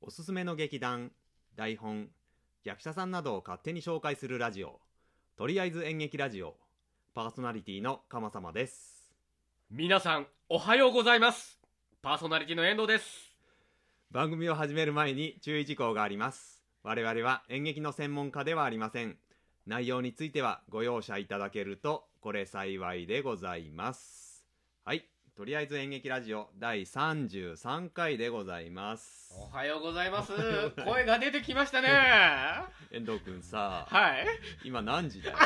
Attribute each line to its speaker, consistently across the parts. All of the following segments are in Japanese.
Speaker 1: おすすめの劇団、台本、役者さんなどを勝手に紹介するラジオ、とりあえず演劇ラジオ、パーソナリティの鎌様です。
Speaker 2: 皆さん、おはようございます。パーソナリティの遠藤です。
Speaker 1: 番組を始める前に注意事項があります。我々は演劇の専門家ではありません。内容についてはご容赦いただけると、これ幸いでございます。はい。とりあえず演劇ラジオ第33回でございます。
Speaker 2: おはようございます。 声が出てき ましたね。
Speaker 1: 遠藤くんさ、
Speaker 2: はい。
Speaker 1: 今何時だよ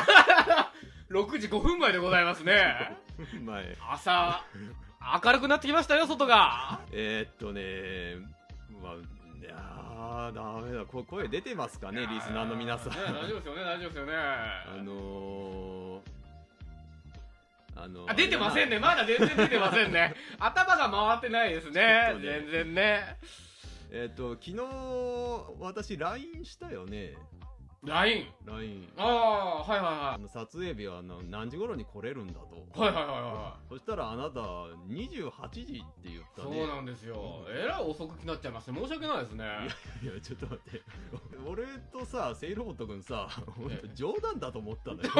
Speaker 2: 6時5分前でございます ね。
Speaker 1: 前。
Speaker 2: 朝、明るくなってきましたよ、外が。
Speaker 1: えー、っとね、まあ、いやー、ダメだ。こ声出てますかね、リスナーの皆さん
Speaker 2: ね。大丈夫ですよね、大丈夫ですよ ね。
Speaker 1: あのー、あのー
Speaker 2: あ出てませんね、まだ全然出てませんね。頭が回ってないです
Speaker 1: ち
Speaker 2: ね
Speaker 1: ょっ、とね
Speaker 2: 全然ね。
Speaker 1: えっ、と、昨日、私、LINE したよね。
Speaker 2: LINE。
Speaker 1: LINE。
Speaker 2: ああー、はい
Speaker 1: あ
Speaker 2: は
Speaker 1: の撮影日はあの何時頃に来れるんだと。
Speaker 2: いはい。はいはいはいはい。
Speaker 1: そしたらあなた、28時って言った
Speaker 2: そ
Speaker 1: ね。
Speaker 2: うなんですよ。えらい遅くなっちゃいまして、申し訳ないですね。
Speaker 1: いや、ちょっと待って。俺とさ、セイロボット君さ、本当冗談だと思 ったんだよ。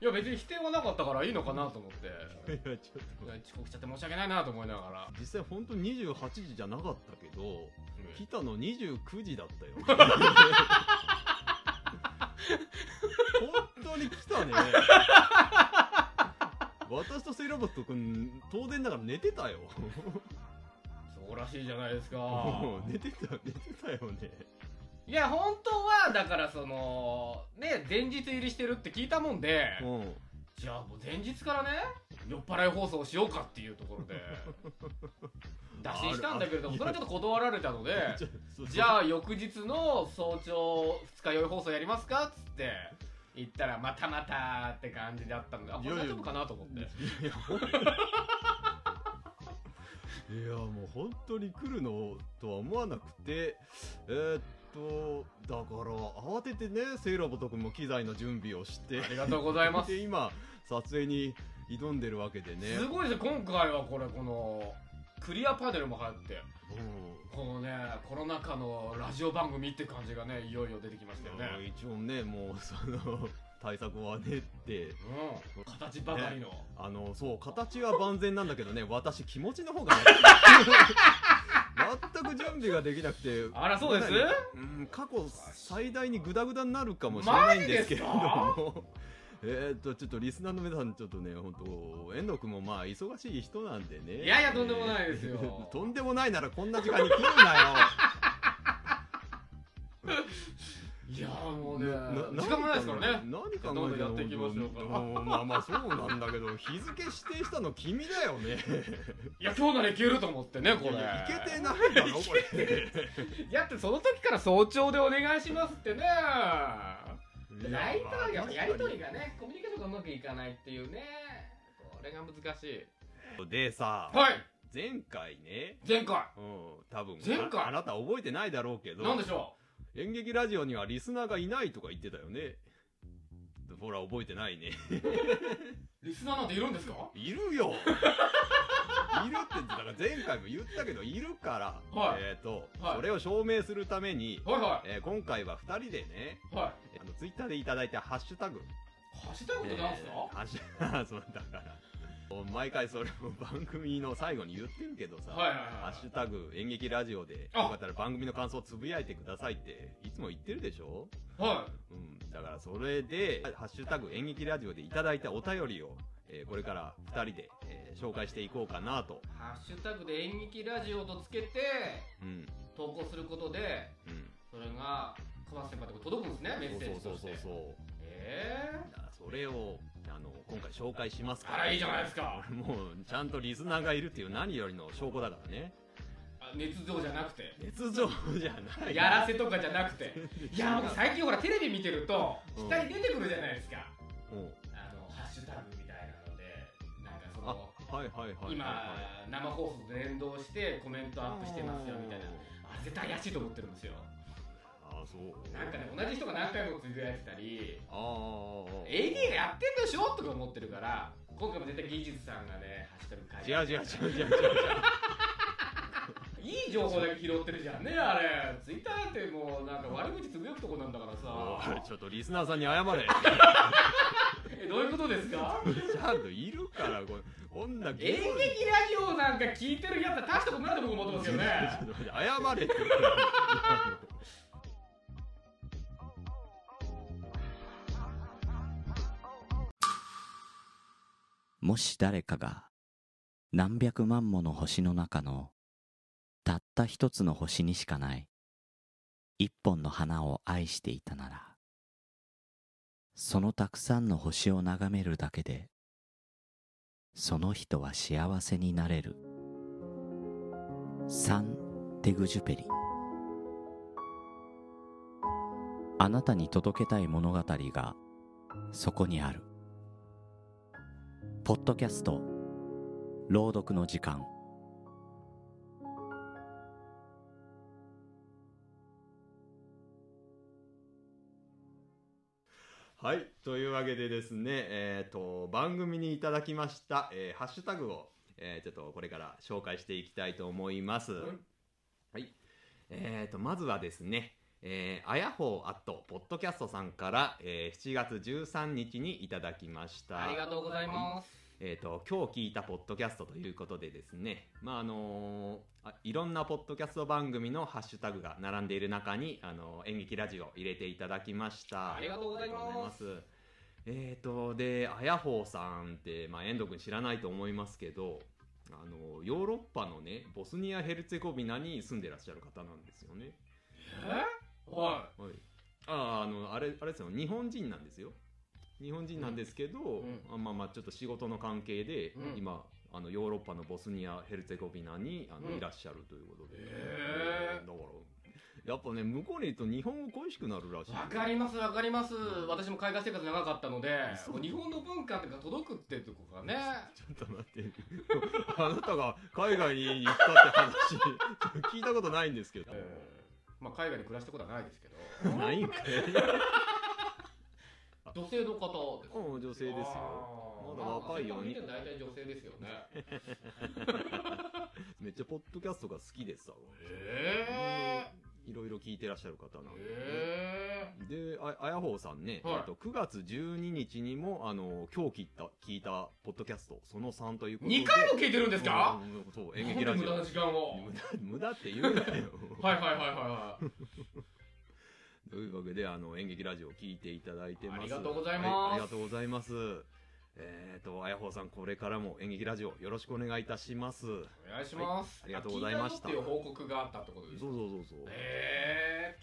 Speaker 2: いや、別に否定はなかったからいいのかなと思って。
Speaker 1: いや、ちょっと。
Speaker 2: 遅刻しちゃって申し訳ないなと思いながら。
Speaker 1: 実際本当に28時じゃなかったけど、来たの29時だったよ。本当に来たね。私とセイロボットくん、当然だから寝てたよ。
Speaker 2: そうらしいじゃな いですか。
Speaker 1: 寝てた、寝てたよね。
Speaker 2: いや、本当は、だからその、ね、前日入りしてるって聞いたもんで、
Speaker 1: うん。
Speaker 2: じゃあもう前日からね、酔っ払い放送しようかっていうと ころで、打診したんだけれども、それはちょっと断られたので、
Speaker 1: ちょそう
Speaker 2: じゃあ翌日の早朝二日酔い放送やりますかっつって行ったらまたまたって感じだったのであこれ大丈夫かなと思っ
Speaker 1: いや
Speaker 2: て
Speaker 1: いやほんいやもう本当に来るのとは思わなくてえーっとだから慌ててねセイラボト君も機材の準備をして
Speaker 2: ありがとうございます
Speaker 1: で今撮影に挑んでるわけでね
Speaker 2: すごいですよ今回はこれこのクリアパネルも入って
Speaker 1: うん
Speaker 2: このねコロナ禍のラジオ番組って感じがねいよいよ出てきましたよ
Speaker 1: あの
Speaker 2: ね
Speaker 1: 一応ねもうその対策はねって
Speaker 2: うん形ばかりの、
Speaker 1: あのそう形は万全なんだけどね私気持ちの方 がね全く準備ができなくて
Speaker 2: あらそうです
Speaker 1: うん過去最大にグダグダになるかもしれないんですけれど
Speaker 2: マ
Speaker 1: も えーっとちょっとリスナーの皆さんちょっとね本当遠藤君もまあ忙しい人なんでね
Speaker 2: いやいやとんでもないですよ
Speaker 1: とんでもないならこんな時間に来 る
Speaker 2: いやーもう
Speaker 1: な
Speaker 2: ね
Speaker 1: よな
Speaker 2: 時間もないですからね
Speaker 1: 何考えてんの
Speaker 2: どんどんやっていきましょうか
Speaker 1: 本当まあまあそうなんだけど日付指定したの君だよね
Speaker 2: いや今日ならいけると思ってねこれ
Speaker 1: いやいけてないだろこれ
Speaker 2: やってその時から早朝でお願いしますってねライトがやりとりがねコミュニケーションがうまくいかないっていうねこれが難しい
Speaker 1: でさ、
Speaker 2: はい
Speaker 1: 前回ね、
Speaker 2: 前回
Speaker 1: うん、多分
Speaker 2: 前回
Speaker 1: ああなた覚えてないだろうけど
Speaker 2: 何でしょ
Speaker 1: 演劇ラジオにはリスナーがいないとか言ってたよねほら覚えてないね
Speaker 2: うリスナーなんているんですか
Speaker 1: いる よいるってだから前回も言ったけどいるから、
Speaker 2: はい
Speaker 1: えっ、と、
Speaker 2: はい
Speaker 1: それを証明するために、
Speaker 2: はいは
Speaker 1: えー今回は2人でね
Speaker 2: いはい
Speaker 1: あのツイッターでいただいたハッシュタグ
Speaker 2: ハッシュタグって何すか、
Speaker 1: えーハッシュそうだから毎回それを番組の最後に言ってるけどさ、
Speaker 2: はいはいはい
Speaker 1: ハッシュタグ演劇ラジオでよ
Speaker 2: あ
Speaker 1: かったら番組の感想をつぶやいてくださいっていつも言ってるでしょ
Speaker 2: は
Speaker 1: うん、だからそれで、ハッシュタグ演劇ラジオでいただいたお便りを、えーこれから2人で、えー紹介していこうかなと。
Speaker 2: いハッシュタグで演劇ラジオとつけて
Speaker 1: うん、
Speaker 2: 投稿することで
Speaker 1: うん。
Speaker 2: それが小松先輩のとこ届くんですねメッセージ
Speaker 1: そう
Speaker 2: と
Speaker 1: そう
Speaker 2: し
Speaker 1: そうそう。
Speaker 2: てええ
Speaker 1: だからそれを、あの、今回紹介しますから。
Speaker 2: あらいいじゃないですか
Speaker 1: 俺 もう、ちゃんとリスナーがいるっていう何よりの証拠だからね。
Speaker 2: あ熱情じゃなくて
Speaker 1: 熱情じゃない。
Speaker 2: やらせとかじゃなくていや僕最近ほらテレビ見てると
Speaker 1: うん
Speaker 2: 下に出てくるじゃないですか、
Speaker 1: うん
Speaker 2: あのハッシュタグみたいなのでなんかそ
Speaker 1: あ
Speaker 2: の、
Speaker 1: はいはいはいはい
Speaker 2: 今
Speaker 1: は
Speaker 2: 生放送と連動してコメント
Speaker 1: い
Speaker 2: アップしてますよみたいなあれ絶対怪しいと思ってるんですよ
Speaker 1: ああそう
Speaker 2: なんかね同じ人が何回もつぶやいてたり
Speaker 1: ああ
Speaker 2: AD がやってんでしょとか思ってるから今回も絶対技術さんがね走ってる会
Speaker 1: 違う違う違う違う違う
Speaker 2: いい情報だけ拾ってるじゃんねあれツイッターってもうなんか悪口つぶやくとこなんだから
Speaker 1: おい
Speaker 2: さ
Speaker 1: ちょっとリスナーさんに謝れ
Speaker 2: えどういうことですか
Speaker 1: ちゃんといるからこれこんな
Speaker 2: 演劇ラジオなんか聞いてるやつは大したことないと僕思ってますよ ね
Speaker 1: ちょっと待って謝れって言うから
Speaker 3: もし誰かが何百万もの星の中のたった一つの星にしかない一本の花を愛していたならそのたくさんの星を眺めるだけでその人は幸せになれるサン・テグジュペリあなたに届けたい物語がそこにあるポッドキャスト朗読の時間
Speaker 1: はいというわけでですねえーと番組にいただきました、えーハッシュタグを、えーちょっとこれから紹介していきたいと思います、
Speaker 2: い
Speaker 1: はいえーとまずはですねえーあやほうアットポッドキャストさんから、えー7月13日にいただきました
Speaker 2: ありがとうございます
Speaker 1: えー、と今日聞いたポッドキャストということでですね、まああのあいろんなポッドキャスト番組のハッシュタグが並んでいる中に、あの演劇ラジオ入れていただきました
Speaker 2: ありがとうございます
Speaker 1: ありがとうございますえっ、とであやほうさんって、まあ、遠藤君知らないと思いますけどあのヨーロッパのねボスニア・ヘルツェゴビナに住んでらっしゃる方なんですよね
Speaker 2: えは
Speaker 1: はい、ああのあれあれですよ日本人なんですよ日本人なんですけど、
Speaker 2: ん
Speaker 1: あまあまあちょっと仕事の関係で、
Speaker 2: うん
Speaker 1: 今あのヨーロッパのボスニア・ヘルツェゴビナにあの、
Speaker 2: うん
Speaker 1: いらっしゃるということで、
Speaker 2: へ
Speaker 1: だ
Speaker 2: ー
Speaker 1: からやっぱね向こうにいると日本語恋しくなるらしい
Speaker 2: わかりますわかります私も海外生活長かったので
Speaker 1: そう
Speaker 2: もう日本の文化とか届くってとこがね
Speaker 1: ちょっと待って あなたが海外に行ったって話 聞いたことないんですけど、
Speaker 2: えーまあ海外で暮らしたことはないですけど
Speaker 1: ない んかい
Speaker 2: 女性の方です
Speaker 1: うん女性ですよ
Speaker 2: よ
Speaker 1: まだ若いように
Speaker 2: 大体女性ですよね
Speaker 1: めっちゃポッドキャストが好きでさ
Speaker 2: え
Speaker 1: いろいろ聞いてらっしゃる方な
Speaker 2: ー
Speaker 1: んで、
Speaker 2: え
Speaker 1: で、ああやほうさんね、
Speaker 2: はい
Speaker 1: えっと、9月12日にも、あの、今日聞いた、聞いた、ポッドキャスト、その3という
Speaker 2: ー
Speaker 1: ことで。
Speaker 2: 二回も聞いてるん
Speaker 1: で
Speaker 2: ですか
Speaker 1: そう、演
Speaker 2: なん
Speaker 1: 劇
Speaker 2: で
Speaker 1: ラジ
Speaker 2: 無
Speaker 1: オ。
Speaker 2: 駄な時間を
Speaker 1: 無駄無駄って言うなよ。
Speaker 2: はいはいはいはいはい
Speaker 1: というわけで、あの、演劇ラジオを聞いていただいてます。
Speaker 2: ありがとうございます
Speaker 1: はありがとうございます。えっ、と、あやほうさん、これからも演劇ラジオよろしくお願いいたします。そう
Speaker 2: お願いします、
Speaker 1: はいありがとうございました
Speaker 2: 聞いたよっていう報告があったってことです
Speaker 1: そうそうそう。
Speaker 2: え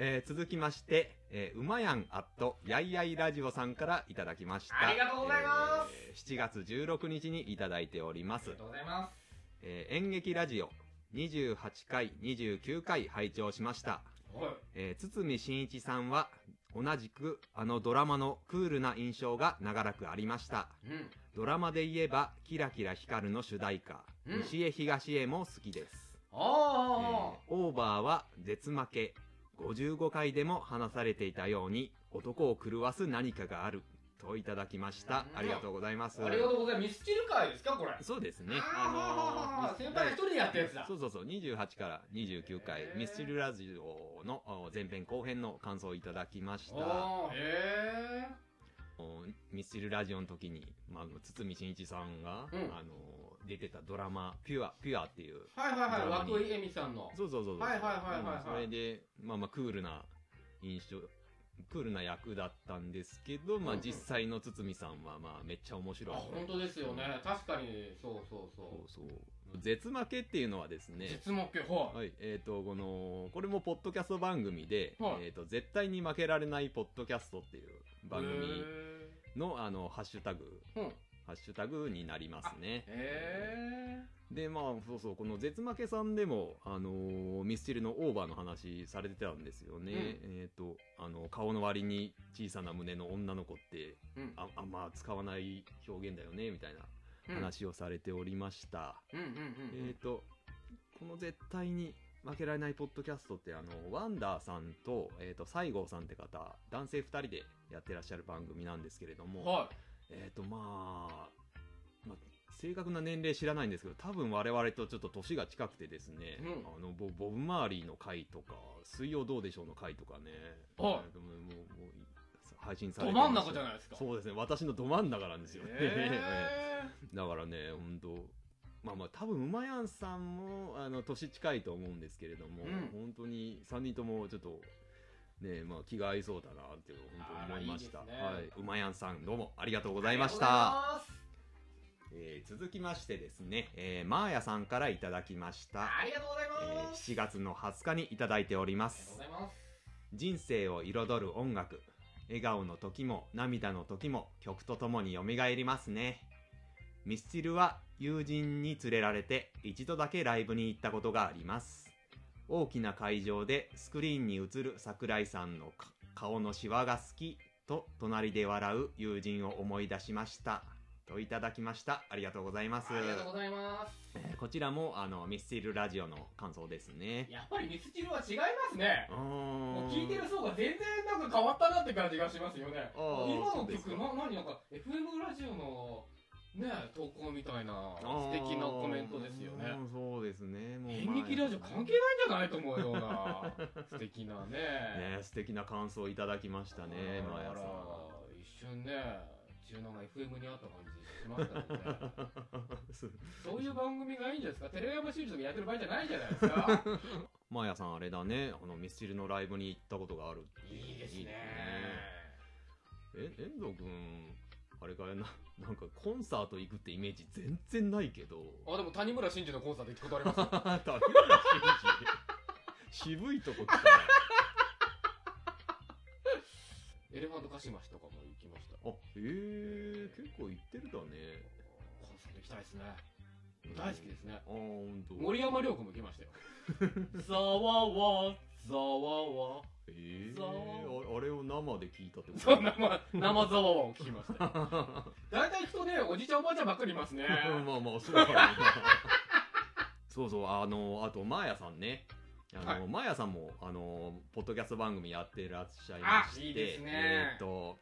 Speaker 1: えー続きまして、えー、うまやんアットやいやいラジオさんからいただきました
Speaker 2: ありがとうございます
Speaker 1: す、えー7月16日にいただいておりま
Speaker 2: ー、あ
Speaker 1: す
Speaker 2: りがとうございます
Speaker 1: えー演劇ラジオ28回29回拝聴しました、
Speaker 2: はい
Speaker 1: えー、堤真一さんは同じくあのドラマのクールな印象が長らくありました
Speaker 2: うん
Speaker 1: ドラマで言えば「キラキラ光る」の主題歌「
Speaker 2: うん
Speaker 1: 西へ東へ」も好きですえー
Speaker 2: あ
Speaker 1: オーバーは絶負け55回でも話されていたように男を狂わす何かがあるといただきました
Speaker 2: うん
Speaker 1: ありがとうございます
Speaker 2: あ、ありがとうございますミスチル会ですかこれ
Speaker 1: そうですね
Speaker 2: あー
Speaker 1: ミス
Speaker 2: 先輩が一人でやったやつだ
Speaker 1: そうそうそう28から29回
Speaker 2: へー
Speaker 1: ミスチルラジオのお前編後編の感想をいただきました
Speaker 2: あーへ
Speaker 1: おミスチルラジオの時に、まあ、堤真一さんが、
Speaker 2: うん
Speaker 1: あの出てたドラマ「ピュアピュアっていう
Speaker 2: えはいはい
Speaker 1: ドラ
Speaker 2: は
Speaker 1: マ
Speaker 2: い
Speaker 1: に
Speaker 2: 涌井恵美さんの
Speaker 1: そうそうそうそう。
Speaker 2: はいはいはいはいはい
Speaker 1: うんそれで、まあまあクールな印象、クールな役だったんですけど、まあ
Speaker 2: うんうん
Speaker 1: 実際の堤さんはまあめっちゃ面白
Speaker 2: あ
Speaker 1: い。
Speaker 2: 本当ですよね確かにそうそう
Speaker 1: そ
Speaker 2: そう
Speaker 1: そう。絶負けっていうのはです
Speaker 2: う
Speaker 1: ね、
Speaker 2: 実目はい
Speaker 1: はい、えっ、と、この、これもポッドキャスト番組で、
Speaker 2: はい
Speaker 1: えっ、と、絶対に負けられないポッドキャストっていう番組
Speaker 2: へ
Speaker 1: の、あの、ハッシュタグ、
Speaker 2: ーうん
Speaker 1: ハッシュタグになりますね。
Speaker 2: へ
Speaker 1: で、まあ、そうそう、この絶負けさんでも、あのーミスチルのオーバーの話されてたんですよね。
Speaker 2: うん
Speaker 1: えっ、と、あの、顔の割に小さな胸の女の子って、
Speaker 2: えうん
Speaker 1: ああんま使わない表現だよね、みたいな
Speaker 2: うん
Speaker 1: 話をされておりました、
Speaker 2: うんうんうんうん
Speaker 1: えっ、とこの絶対に負けられないポッドキャストってあのワンダーさんと,、えー、と西郷さんって方男性2人でやってらっしゃる番組なんですけれども、
Speaker 2: は
Speaker 1: えっ、とまあ、まあ正確な年齢知らないんですけど多分我々とちょっと年が近くてですね、
Speaker 2: うん
Speaker 1: あのボボブ・マーリーの回とか「水曜どうでしょう」の回とかね、
Speaker 2: は
Speaker 1: えーともうもうもう配信
Speaker 2: い
Speaker 1: され
Speaker 2: ど
Speaker 1: てま
Speaker 2: 真
Speaker 1: した
Speaker 2: ん中じゃないですか
Speaker 1: そうですね私のど真ん中なんですよ ね、
Speaker 2: へ
Speaker 1: だからね本当まあまあ多分うまやんさんもあの年近いと思うんですけれども、
Speaker 2: うん
Speaker 1: 本当に3人ともちょっとねまあ気が合いそうだなっていうのを本当に思いました
Speaker 2: あらいいで
Speaker 1: は
Speaker 2: すね
Speaker 1: いうまやんさんどうもありがとうご
Speaker 2: ー
Speaker 1: ざいまし
Speaker 2: ありがとうござい
Speaker 1: た、
Speaker 2: ます
Speaker 1: えー続きましてですね、えー、マーヤさんからいただきました、
Speaker 2: ありがとうござい
Speaker 1: えー
Speaker 2: ます。
Speaker 1: 7月の20日にいただいておりま
Speaker 2: ありがとう
Speaker 1: す
Speaker 2: ございます。
Speaker 1: 人生を彩る音楽笑顔の時も涙の時も曲とともによみがえりますねミスチルは友人に連れられて一度だけライブに行ったことがあります大きな会場でスクリーンに映る桜井さんのか顔のシワが好きと隣で笑う友人を思い出しましたといただきましたありがとうございます
Speaker 2: ありがとうございます。
Speaker 1: えーこちらもあのミスチルラジオの感想ですね
Speaker 2: やっぱりミスチルは違いますね。も
Speaker 1: も
Speaker 2: う聞いてる層が全然なんか変わったなって感じがしますよね。
Speaker 1: あー
Speaker 2: 今
Speaker 1: そ
Speaker 2: の
Speaker 1: うですか
Speaker 2: 曲な何なんか FM ラジオのね投稿みたいな
Speaker 1: あー
Speaker 2: 素敵なコメントですよね。
Speaker 1: うんそうですね。もう
Speaker 2: 演劇ラジオ関係ないんじゃないと思うよう な素敵なね。
Speaker 1: ね素敵な感想をいただきましたね、
Speaker 2: あ
Speaker 1: マ
Speaker 2: ら
Speaker 1: ヤ
Speaker 2: あら
Speaker 1: さ
Speaker 2: 一瞬ね柔軟が FM にあった感じしましたけどね。
Speaker 1: ん。す
Speaker 2: そういう番組がいいんじゃないですか。テレビ山シリーズでやってる場合じゃないじゃないで すか。
Speaker 1: マヤさんあれだね、あのミスチルのライブに行ったことがあるっていう。
Speaker 2: いいですね。
Speaker 1: え、遠藤くん、あれか な、なんかコンサート行くってイメージ全然ないけ ど。
Speaker 2: あ、でも谷村新司のコンサート行ったことありますよ。
Speaker 1: あなた、谷村新司渋いとこ来たね。
Speaker 2: エレファントカシマシとかも行きました。
Speaker 1: あ、へえ、結構行ってるだね。
Speaker 2: コンサート行きたいですね。大好きですね
Speaker 1: あー、ほんと。
Speaker 2: 森山良子も行きましたよ。 ざわわ、ざわわ。
Speaker 1: えー、
Speaker 2: そう
Speaker 1: ああれを生で聞いたってこと
Speaker 2: そう、生、生ざわわを聞き ましたよ。
Speaker 1: ま
Speaker 2: 大体行くとね、おじいちゃんおばあちゃんばっかりいますね。
Speaker 1: あ まあそうだろうな そうそうあのあとマーヤさんねあの、
Speaker 2: はい
Speaker 1: マーヤさんもあのポッドキャスト番組やってらっしゃいまして
Speaker 2: あいいですね
Speaker 1: えっ、と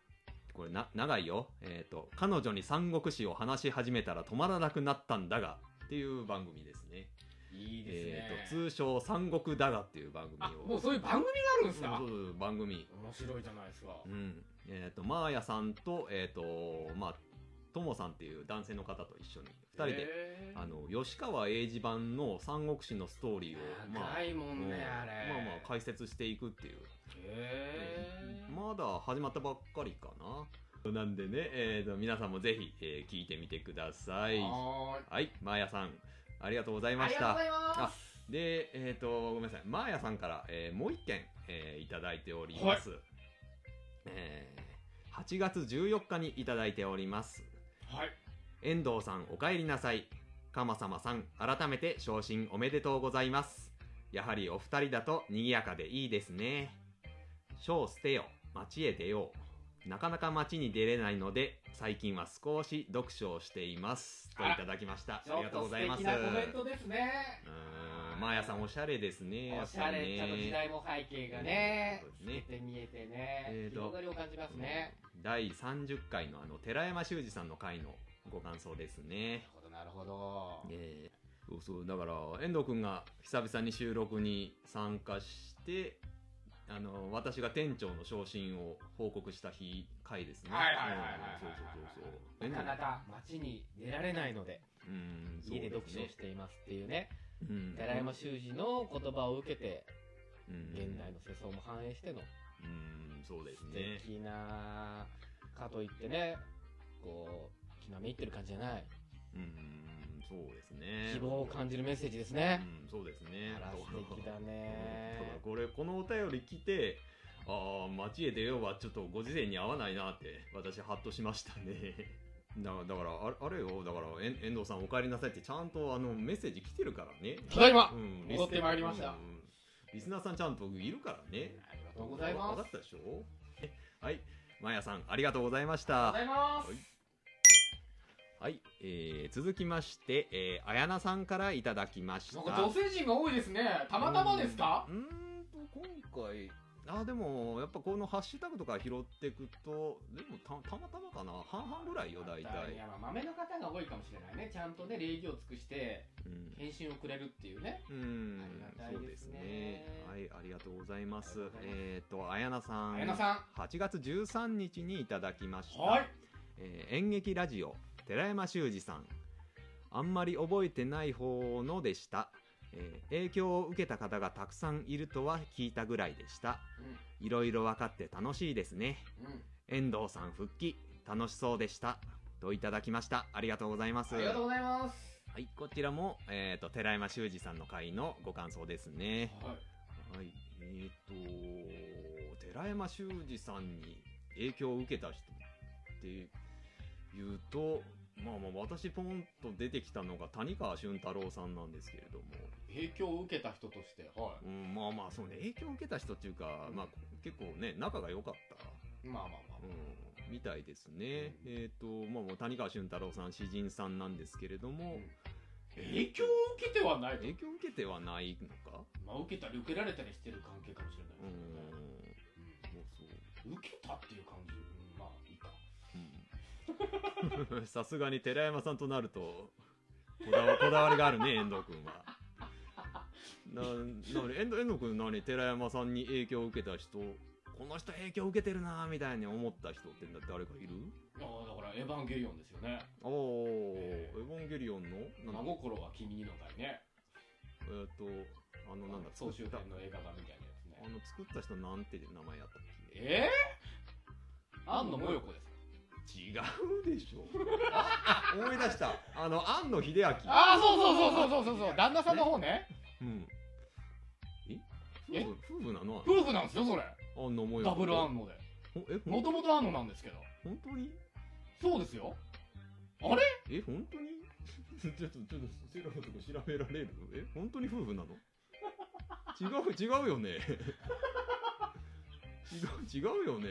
Speaker 1: これな長いよえっ、と「彼女に三国志を話し始めたら止まらなくなったんだが」っていう番組ですね
Speaker 2: いい
Speaker 1: えっ、
Speaker 2: です
Speaker 1: と
Speaker 2: ね。
Speaker 1: 通称「三国だが」っていう番組
Speaker 2: あ、
Speaker 1: を
Speaker 2: もうそういう番組があるんですか
Speaker 1: そうそう番組
Speaker 2: 面白いじゃないですか。
Speaker 1: うん、えっ、と、マーヤさんと、えっ、と、まあ、ともさんっていう男性の方と一緒に、二人で、
Speaker 2: へー
Speaker 1: あの、吉川英治版の三国志のストーリーを、まあ
Speaker 2: 長、いも
Speaker 1: うんん
Speaker 2: ね、あれ。
Speaker 1: まあまあ解説していくっていう。
Speaker 2: へー
Speaker 1: まだ始まったばっかりかな。なんでね、えっ、と、皆さんもぜひ、えー聞いてみてください。
Speaker 2: は
Speaker 1: はい、マーヤさん、ありがとうござい
Speaker 2: ーい。あ
Speaker 1: ま
Speaker 2: り
Speaker 1: し
Speaker 2: がと
Speaker 1: た
Speaker 2: うござ。います。
Speaker 1: で、えっ、と、ごめんなさい。マーヤさんから、えーもう一件、えーいただいております。えー8月14日にいただいております。
Speaker 2: はい。
Speaker 1: 遠藤さん、お帰りなさい。鎌様さん、改めて昇進おめでとうございます。やはりお二人だと賑やかでいいですね。小捨てよ、町へ出よう。なかなか町に出れないので、最近は少し読書をしています。と
Speaker 2: あら
Speaker 1: いただきました。
Speaker 2: ち
Speaker 1: あ
Speaker 2: ょ
Speaker 1: りが
Speaker 2: っ
Speaker 1: とうご
Speaker 2: と素
Speaker 1: ざいます。
Speaker 2: 敵なコメントですね。
Speaker 1: うーんマーヤさんおしゃれですね。
Speaker 2: おしゃ
Speaker 1: やっぱ
Speaker 2: れ、
Speaker 1: り
Speaker 2: ちゃんと時代も背景がね
Speaker 1: そう、です
Speaker 2: 見え
Speaker 1: ね
Speaker 2: て見えて
Speaker 1: え
Speaker 2: ね、
Speaker 1: ーと
Speaker 2: 広がりを感じますね。
Speaker 1: 第30回のあの寺山修司さんの回のご感想ですね。
Speaker 2: なるほど、なるほど。
Speaker 1: えーそうそうだから遠藤君が久々に収録に参加してあの私が店長の昇進を報告した日回ですね。
Speaker 2: はいはい
Speaker 1: う
Speaker 2: はいはい
Speaker 1: んそうそうそうそう。
Speaker 2: なかな
Speaker 1: 遠
Speaker 2: か街に出られないので、
Speaker 1: 藤うん
Speaker 2: 家で
Speaker 1: そうす
Speaker 2: 読書を
Speaker 1: ね
Speaker 2: していますっていうね、
Speaker 1: うん
Speaker 2: 寺山修司の言葉を受けて、
Speaker 1: うん
Speaker 2: 現代の世相も反映しての
Speaker 1: うんそうです
Speaker 2: 素
Speaker 1: ね。
Speaker 2: 敵な、かといってね、こう、きなめいってる感じじゃない、
Speaker 1: うんそうですね。
Speaker 2: 希望を感じるメッセージです
Speaker 1: う
Speaker 2: ね。
Speaker 1: ん、そうですね。
Speaker 2: あら素敵だ
Speaker 1: うんただ
Speaker 2: ね。
Speaker 1: これこのお便り来てああ街へ出ようはちょっとご時世に合わないなって私ハッとしましたね だだからあれあれよだからえん遠藤さんお帰りなさいってちゃんとあのメッセージ来てるからね
Speaker 2: ただいま
Speaker 1: うん
Speaker 2: 戻ってまいりました
Speaker 1: リスうんリスナーさんちゃんといるからね
Speaker 2: ありがとうございます。あり
Speaker 1: 分
Speaker 2: が
Speaker 1: か
Speaker 2: と
Speaker 1: ったでしょ はいマヤさんありがとうございまし
Speaker 2: う
Speaker 1: た
Speaker 2: ございます。
Speaker 1: はい、えー続きまして、えー、綾菜さんからいただきました
Speaker 2: なんか女性陣が多いですねたまたまですか
Speaker 1: うーんうーんと今回あーでもやっぱこのハッシュタグとか拾ってくとでもたたまたまかな半々ぐらいよ大
Speaker 2: いや
Speaker 1: 体、
Speaker 2: まあ豆の方が多いかもしれないねちゃんとね礼儀を尽くして
Speaker 1: うん
Speaker 2: 返信をくれるっていうね
Speaker 1: うん
Speaker 2: ありがた
Speaker 1: そう
Speaker 2: い
Speaker 1: で
Speaker 2: ですす
Speaker 1: ね
Speaker 2: ね。
Speaker 1: はい、ありがとうございます
Speaker 2: ありがとう。ございます
Speaker 1: えっ、と、あやなさん。
Speaker 2: 綾菜さ
Speaker 1: 8月13日にいただきまし
Speaker 2: ん
Speaker 1: た。
Speaker 2: はい
Speaker 1: えー演劇ラジオ、寺山修司さん。あんまり覚えてない方のでした。えー影響を受けた方がたくさんいるとは聞いたぐらいでした。いろいろ分かって楽しいですね。
Speaker 2: うんうん
Speaker 1: 遠藤さん復帰、楽しそうでした。といただきました。ありがとうございます。
Speaker 2: ありがとうございます
Speaker 1: はい、こちらも、えっ、と、寺山修司さんの回のご感想ですね。
Speaker 2: はい
Speaker 1: はい、えっ、と、寺山修司さんに影響を受けた人っていうと、まあまあ私ポンと出てきたのが谷川俊太郎さんなんですけれども、
Speaker 2: 影響を受けた人としては
Speaker 1: うん、まあまあそうね、影響を受けた人っていうか、まあ結構ね、仲が良かった。
Speaker 2: いまあまあまあ
Speaker 1: うんみたいですね。
Speaker 2: うん
Speaker 1: えっ、と、まあもう谷川俊太郎さん、詩人さんなんですけれども、
Speaker 2: 影響を受けてはないと
Speaker 1: 影響を受けてはないのか
Speaker 2: まあ受けたり受けられたりしてる関係かもしれ
Speaker 1: う
Speaker 2: なんいですけどね、
Speaker 1: そうそう
Speaker 2: うん受けたっていう感じ、うん、まあいいか
Speaker 1: うん さすがに寺山さんとなるとこだわこだわりがあるね遠藤君は。なな遠藤遠藤君何寺山さんに影響を受けた人この人影響を受けてるなみたいに思った人って誰かいる
Speaker 2: ああだからエヴァンゲリオンですよね
Speaker 1: おおーエヴァンゲリオンの
Speaker 2: 真
Speaker 1: なんだ
Speaker 2: 心は君にの会ね
Speaker 1: えっ、とあのなんだ
Speaker 2: 総集
Speaker 1: 作った
Speaker 2: 編の映画版みたいなやつ
Speaker 1: あ
Speaker 2: ね
Speaker 1: の作った人なんて名前やったっけ
Speaker 2: えー、安野もよこです
Speaker 1: 違うでし ょあ思い出したあの庵野秀明
Speaker 2: ああそうそうそうそうそうそうそう旦那さんの方ね
Speaker 1: うん。え
Speaker 2: え
Speaker 1: 夫婦夫婦なの
Speaker 2: 夫婦なんですよそれ
Speaker 1: あんな思い
Speaker 2: ダブル
Speaker 1: アン。
Speaker 2: 安野で
Speaker 1: ほえ、ほん
Speaker 2: もともと安野なんですけど
Speaker 1: 本当に
Speaker 2: そうですよ
Speaker 1: え、本当に ちょっと、ちょっと、セラフとか調べられるえ、本当に夫婦なの違う、違うよね。 違う、違うよね。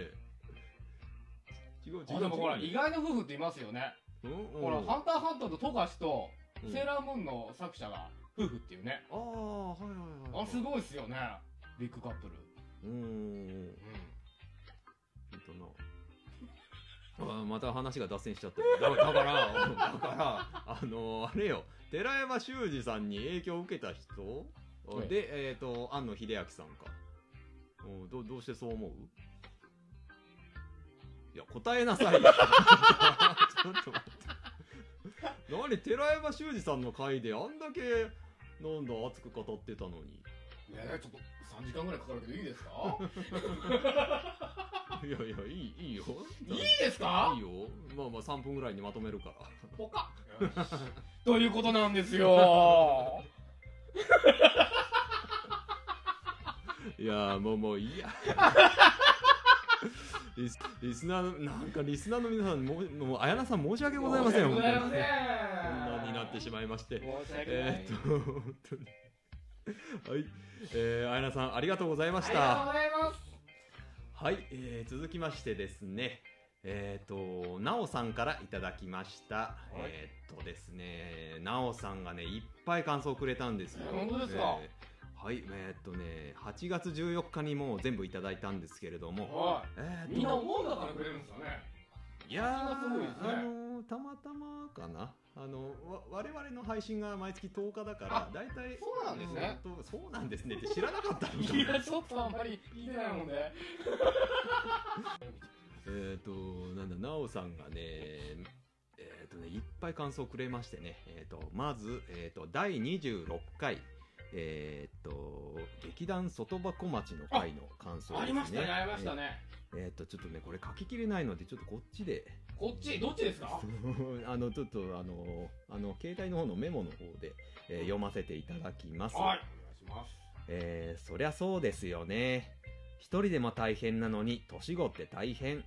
Speaker 1: 違う、違う。
Speaker 2: あでもほら
Speaker 1: 違う
Speaker 2: 意外な夫婦っていますよね
Speaker 1: うんうん
Speaker 2: ほら「ハンターハンター」と富樫と
Speaker 1: うん
Speaker 2: セーラームーンの作者が夫婦っていうね
Speaker 1: ああ、はいはいはい。
Speaker 2: あすごいっすよねビッグカップル
Speaker 1: うーん。
Speaker 2: う
Speaker 1: えっとな。あーまた話が脱線しちゃっただだからだからあのーあれよ寺山修司さんに影響を受けた人
Speaker 2: はい
Speaker 1: でえっ、と庵野秀明さんかうんどどうしてそう思ういや答えな さいよちょっと待って何寺山修司さんの回であんだけなんだ熱く語ってたのに
Speaker 2: んえー、ちょっと3時間ぐらいかかるけどいいですか
Speaker 1: いやいやいいいいよ
Speaker 2: いいですか
Speaker 1: いいよまあまあ3分ぐらいにまとめるから
Speaker 2: ポカ ということなんですよ
Speaker 1: いやーもうもういい やリスリスナーのなんかリスナーの皆さんもうもう綾菜さん 申し訳ございません
Speaker 2: ございま
Speaker 1: 本当
Speaker 2: せん
Speaker 1: にこんなになってしまいまして
Speaker 2: 申し訳ない、
Speaker 1: えーっと本当にはいえー、綾菜さんありがとうございまし
Speaker 2: ありがと
Speaker 1: た
Speaker 2: うございます
Speaker 1: はい、えー続きましてですねえーっとなおさんからいただきました、
Speaker 2: い
Speaker 1: えーっとですねなおさんがねいっぱい感想をくれたんですよ
Speaker 2: え本当ですか
Speaker 1: えーはいえーっとね8月14日にもう全部いただいたんですけれども
Speaker 2: は
Speaker 1: え
Speaker 2: い
Speaker 1: ー、
Speaker 2: みんな
Speaker 1: と
Speaker 2: 思うんだからくれるんですよね
Speaker 1: いや
Speaker 2: それがすごいですね
Speaker 1: ーあのーたまたまかなあのわ我々の配信が毎月10日だから
Speaker 2: あ
Speaker 1: 大体
Speaker 2: そうなんですね
Speaker 1: うんとそうなんですねって知らなかったのか
Speaker 2: い
Speaker 1: な
Speaker 2: やちょっとあんまり聞いてないもんね
Speaker 1: えっとなんだなおさんがねえっ、とねいっぱい感想くれましてねえっ、とまずえっ、と第26回えっ、と劇団外箱町の回の感想ですね
Speaker 2: ありましたねありましたね、
Speaker 1: えっ、とちょっとねこれ書ききれないのでちょっとこっちで
Speaker 2: こっちどっちですか
Speaker 1: あのちょっとあのあの携帯の方のメモの方で、えー読ませていただきます、
Speaker 2: はいお願いします
Speaker 1: えーそりゃそうですよね一人でも大変なのに年子って大変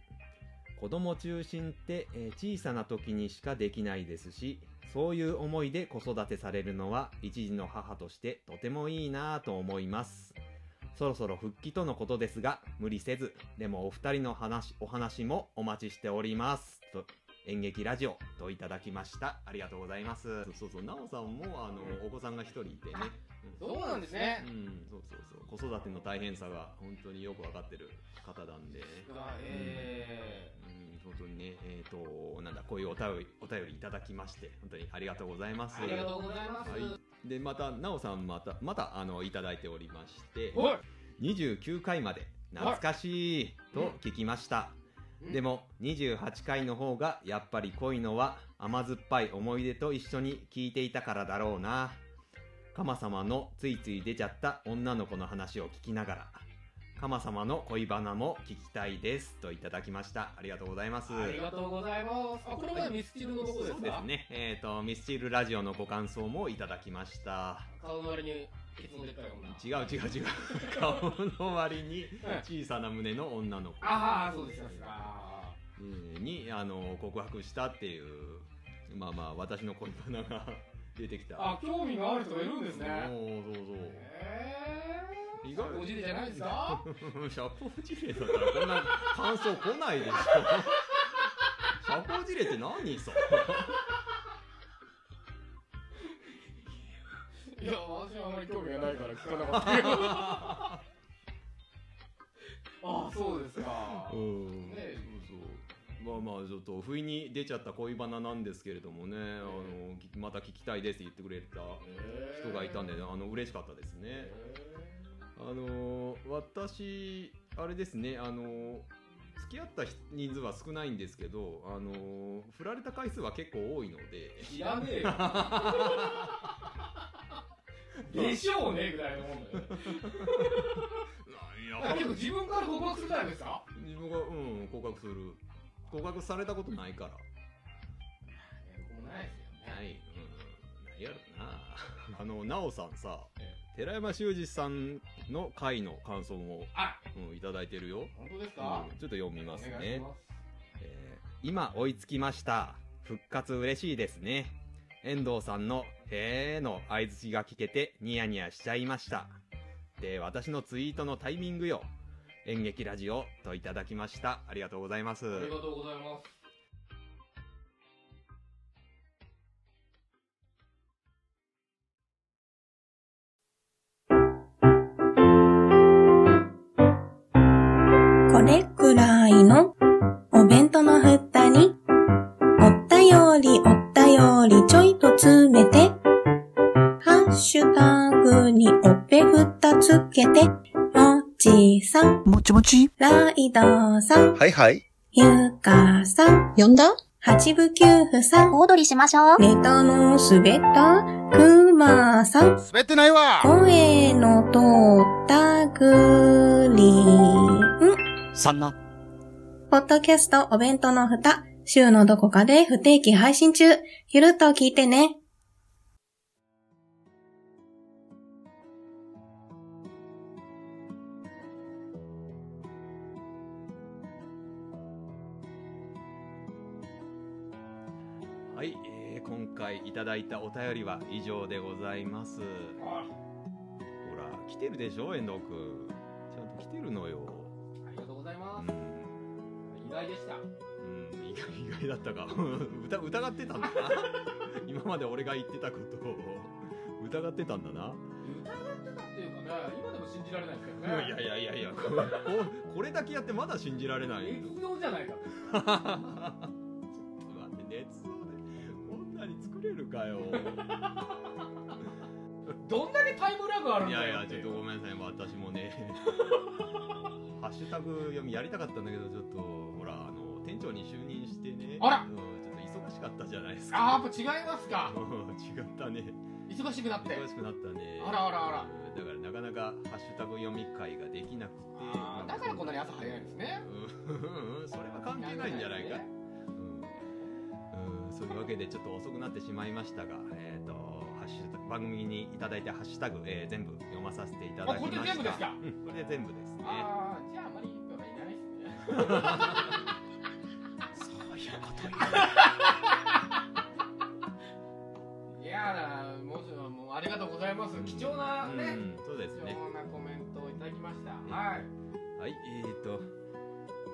Speaker 1: 子供中心って、えー小さな時にしかできないですしそういう思いで子育てされるのは一児の母としてとてもいいなぁと思いますそろそろ復帰とのことですが無理せずでもお二人の話お話もお待ちしておりますと演劇ラジオといただきましたありがとうございますそうそう奈緒さんもあの、
Speaker 2: う
Speaker 1: お子さんが一人いてね
Speaker 2: あそうなんですね
Speaker 1: うんそうそうそう子育ての大変さが本当によく分かってる方なんで
Speaker 2: うわえ
Speaker 1: うん本当にねえっ、となんだこういうお便りお便りいただきまして本当にありがとうございます
Speaker 2: ーありがとうございます、
Speaker 1: はい、でまた奈緒さんまたまたあのいただいておりまして
Speaker 2: おい
Speaker 1: 29回まで懐かしいと聞きました、
Speaker 2: うん
Speaker 1: でも28回の方がやっぱり濃いのは甘酸っぱい思い出と一緒に聞いていたからだろうな鎌様のついつい出ちゃった女の子の話を聞きながら鎌様の恋バナも聞きたいですといただきましたありがとうございます
Speaker 2: ありがとうございますあこれまでミスチルのとこです
Speaker 1: そ
Speaker 2: か
Speaker 1: うですねえっ、とミスチルラジオのご感想もいただきました
Speaker 2: 顔の割にケツのでっかい
Speaker 1: 違
Speaker 2: 女
Speaker 1: う違う違う顔の割に小さな胸の女の子
Speaker 2: ああそうですそうですあ
Speaker 1: えーにあの告白したっていうまあまあ私の恋バナが出てきた
Speaker 2: ーあ興味がある人がいるんですね
Speaker 1: おーそう
Speaker 2: ええ
Speaker 1: 意
Speaker 2: ー、
Speaker 1: 外
Speaker 2: おじりじゃないですか
Speaker 1: そう社交辞令だったらこんな感想来ないでしょ社交辞令って何さ
Speaker 2: いや私はあまり興味がないから聞かなかったけどああそうですか
Speaker 1: うん
Speaker 2: ね
Speaker 1: そうそうまあまあちょっと不意に出ちゃった恋バナなんですけれどもね、あのきまた聞きたいですって言ってくれた人がいたんで、あの嬉しかったですね。あのー私あれですねあのー付き合った人数は少ないんですけど、あのー振られた回数は結構多いので
Speaker 2: 知らねえよ でしょうねぐらいのもんだよあ結構自分から告白するタイプですか
Speaker 1: 自分がうん告白する告白されたことないから
Speaker 2: 僕もないですよ
Speaker 1: な
Speaker 2: ね
Speaker 1: い、うん、ないやろな あの奈緒さんさ
Speaker 2: え
Speaker 1: 寺山修司さんの回の感想も
Speaker 2: あ、
Speaker 1: うん、いただいてるよ、
Speaker 2: 本当で
Speaker 1: う
Speaker 2: す
Speaker 1: ん
Speaker 2: か、
Speaker 1: ちょっと読み
Speaker 2: お
Speaker 1: ます
Speaker 2: 願いし
Speaker 1: ね
Speaker 2: ます
Speaker 1: えー今追いつきました復活嬉しいですね遠藤さんの「へーの相槌が聞けてニヤニヤしちゃいましたで私のツイートのタイミングよ演劇ラジオといただきましたありがとうございます
Speaker 2: ありがとうございます
Speaker 4: これくらいのお弁当の蓋に、おったよりおったよりちょいと詰めて、ハッシュタグにおべふたつけて、もちさん、
Speaker 5: もちもち。
Speaker 4: ライドさん、
Speaker 6: はいはい。
Speaker 4: ゆかさん、
Speaker 5: 呼んだ
Speaker 4: 八部九夫さん、
Speaker 5: お踊りしましょう。
Speaker 4: ネタの滑ったくまさん、
Speaker 6: 滑ってないわ
Speaker 4: 声の通ったぐりん。
Speaker 3: さんな。
Speaker 4: ポッドキャストお弁当の蓋、週のどこかで不定期配信中。ゆるっと聞いてね。
Speaker 1: はい、えー今回いただいたお便りは以上でございますほ
Speaker 2: あ
Speaker 1: ら来てるでしょ遠藤くんちゃんと来てるのよ
Speaker 2: ありがとうございうま
Speaker 1: ん
Speaker 2: す、意外でした
Speaker 1: うん意外意外だったか 疑疑ってたんだな 今まで俺が言ってたことを疑ってたんだな
Speaker 2: 疑ってたっていうかね今でも信じられないですけど
Speaker 1: い
Speaker 2: ね
Speaker 1: やいやいやいやこここれだけやってまだ信じられない
Speaker 2: 熱量じゃないか
Speaker 1: ちょっと待って熱をねこんなに作れるかよ
Speaker 2: どんだけタイムラグあるん
Speaker 1: い
Speaker 2: だよ
Speaker 1: やいや
Speaker 2: て
Speaker 1: ちょっとごめんなさい私も ねハッシュタグ読みやりたかったんだけどちょっとほらあの店長に就任してね
Speaker 2: あら
Speaker 1: うんちょっと忙しかったじゃないですか
Speaker 2: あーやっぱ違いますか
Speaker 1: うん 違ったね
Speaker 2: 忙しくなって
Speaker 1: 忙しくなったね
Speaker 2: あらあらあら
Speaker 1: うんだからなかなかハッシュタグ読み会ができなくて
Speaker 2: あーだからこんなに朝早いんですね
Speaker 1: うんうんそれは関係ないんじゃないかうん、うん、そういうわけでちょっと遅くなってしまいましたが、えー、とハッシュタグ番組にいただいたハッシュタグ、えー全部読まさせていただきました
Speaker 2: あこれで全部ですか
Speaker 1: うんこれで全部ですね
Speaker 2: ああじゃああまり言いらないですね
Speaker 1: そういうこと
Speaker 2: いやだもちろんもうありがとうございます貴重なね、
Speaker 1: うん、そうです
Speaker 2: 貴
Speaker 1: ね
Speaker 2: 重なコメントをいただきました、はい
Speaker 1: はいえー、と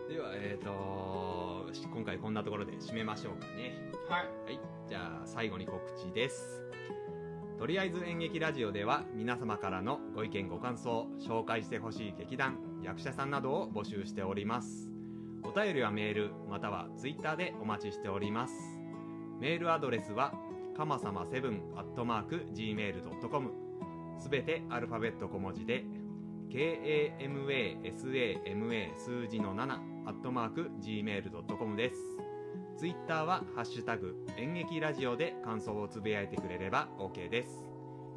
Speaker 1: ではえっ、とし今回こんなところで締めましょうかね
Speaker 2: はい
Speaker 1: はい、じゃあ最後に告知です。とりあえず演劇ラジオでは皆様からのご意見ご感想、紹介してほしい劇団、役者さんなどを募集しております。お便りはメール、またはツイッターでお待ちしております。メールアドレスは、かまさま7アットマーク gmail.com すべてアルファベット小文字で、kamasama 数字の7アットマーク gmail.com です。ツイッターは「ハッシュタグ演劇ラジオ」で感想をつぶやいてくれれば OK です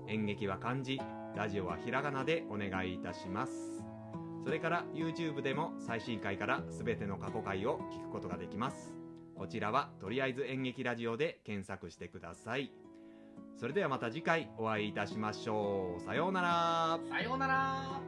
Speaker 1: 演劇は漢字ラジオはひらがなでお願いいたしますそれから YouTube でも最新回から全ての過去回を聞くことができますこちらはとりあえず演劇ラジオで検索してくださいそれではまた次回お会いいたしましょうさようなら
Speaker 2: さようなら